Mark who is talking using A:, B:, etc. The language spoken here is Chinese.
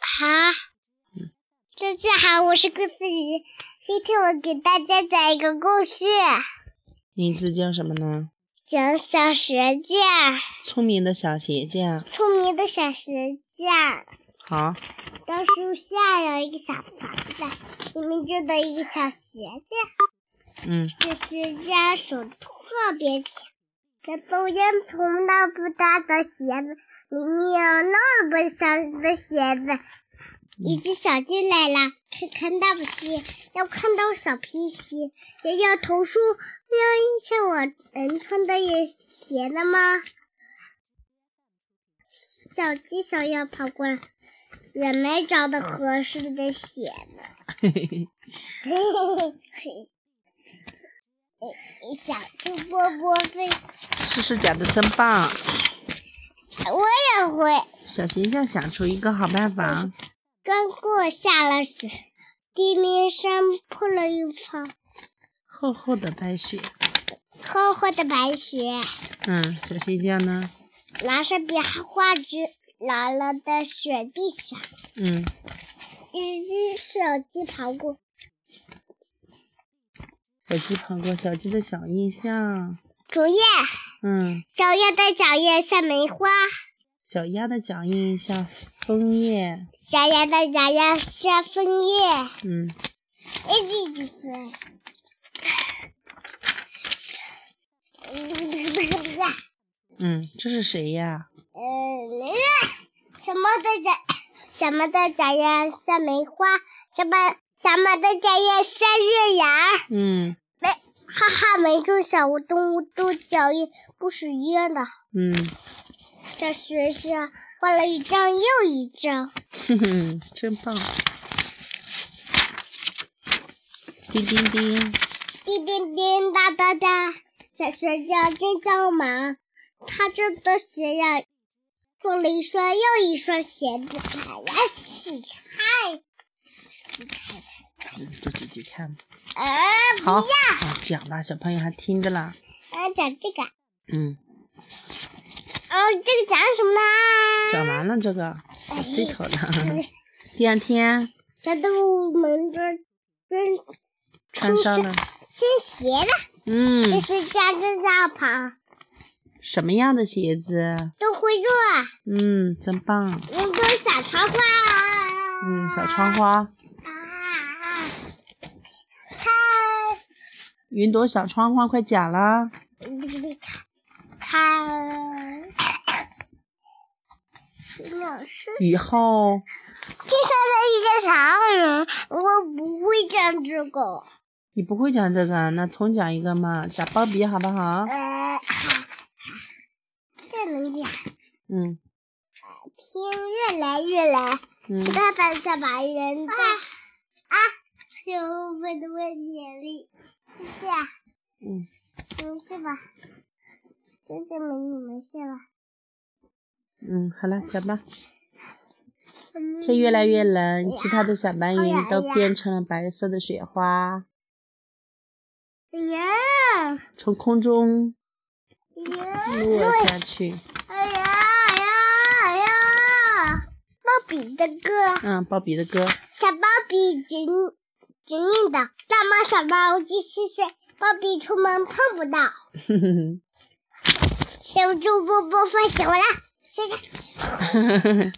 A: 好，大家好，我是顾思雨，今天我给大家讲一个故事，
B: 名字叫什么呢？
A: 讲小蛇精，
B: 聪明的小鞋匠。
A: 聪明的小蛇精。
B: 好，
A: 到树下有一个小房子，里面住的一个小鞋匠。
B: 嗯，
A: 小鞋匠手特别巧，他总要从那么大的鞋子里面有那么小的鞋子。一只小鸡来了，是看大皮，要看到小皮鞋，也要投诉，要一下我能穿的鞋子吗？小鸡小鸭跑过来，也没找到合适的鞋子。
B: 嘿嘿嘿，
A: 嘿嘿嘿，小猪波波飞，
B: 诗诗讲的真棒。
A: 我也会。
B: 小鞋匠想出一个好办法，
A: 刚过下了雪，地面上铺了一层
B: 厚厚的白雪。
A: 厚厚的白雪。
B: 嗯，小鞋匠呢？
A: 拿上比画纸来了的雪地上，
B: 嗯，
A: 一只小鸡跑过，
B: 小鸡跑过小鸡的小印象。
A: 主页
B: 嗯，
A: 小鸭的脚印像梅花，
B: 小鸭的脚印像枫叶。
A: 小鸭的脚印像枫叶。
B: 嗯，
A: 一级几 分？呃，
B: 嗯，这是谁呀？
A: 什么的脚，什么的脚印像梅花，什么什么的脚印像月牙儿。
B: 嗯
A: 没，哈哈，每种小动物都脚印不是一样的。
B: 嗯，
A: 在学校画了一张又一张，
B: 哼哼，嗯真棒。叮叮叮，
A: 叮叮叮，哒哒哒，小学校真着忙，他这的鞋呀，做了一双又一双鞋子，哎呀，你看，
B: 你嗯自己去看吧。
A: 啊，
B: 好，啊讲吧，小朋友还听着啦。
A: 啊，讲这个，
B: 嗯，
A: 啊，这个讲什么呢？
B: 讲完了这个，
A: 哎
B: 最头了。 第二天
A: 小动物们这跟
B: 穿上了，
A: 新鞋子，小
B: 嗯，
A: 学校正在跑，
B: 什么样的鞋子？
A: 都会做，
B: 嗯，真棒。
A: 嗯，都是小长花，
B: 嗯，小窗花，
A: 啊，看。
B: 云朵小窗花，快讲啦。
A: 嗯看，老师，
B: 雨后，
A: 地上的一个啥人？我不会讲这个。
B: 你不会讲这个，那重讲一个嘛，讲芭比好不好？
A: 呃，哈这能讲。
B: 嗯
A: 天越来越蓝，
B: 嗯
A: 直到等下白人的啊，有我的问题里，谢谢，
B: 嗯，
A: 你们睡吧。姐姐们，你们睡吧。
B: 嗯，好了，讲吧。
A: 嗯
B: 天越来越冷，其他的小白
A: 哎
B: 云
A: 呀
B: 都
A: 哎呀
B: 变成了白色的雪花，
A: 哎呀，
B: 从空中
A: 哎呀，
B: 落下去。
A: 哎呀哎呀哎呀！鲍比的歌，
B: 嗯，鲍比的歌。
A: 小鲍比执执念的大猫小猫鸡细碎，鲍比出门碰不到。
B: 哼哼
A: 小猪波波放学了，睡觉。
B: 哼。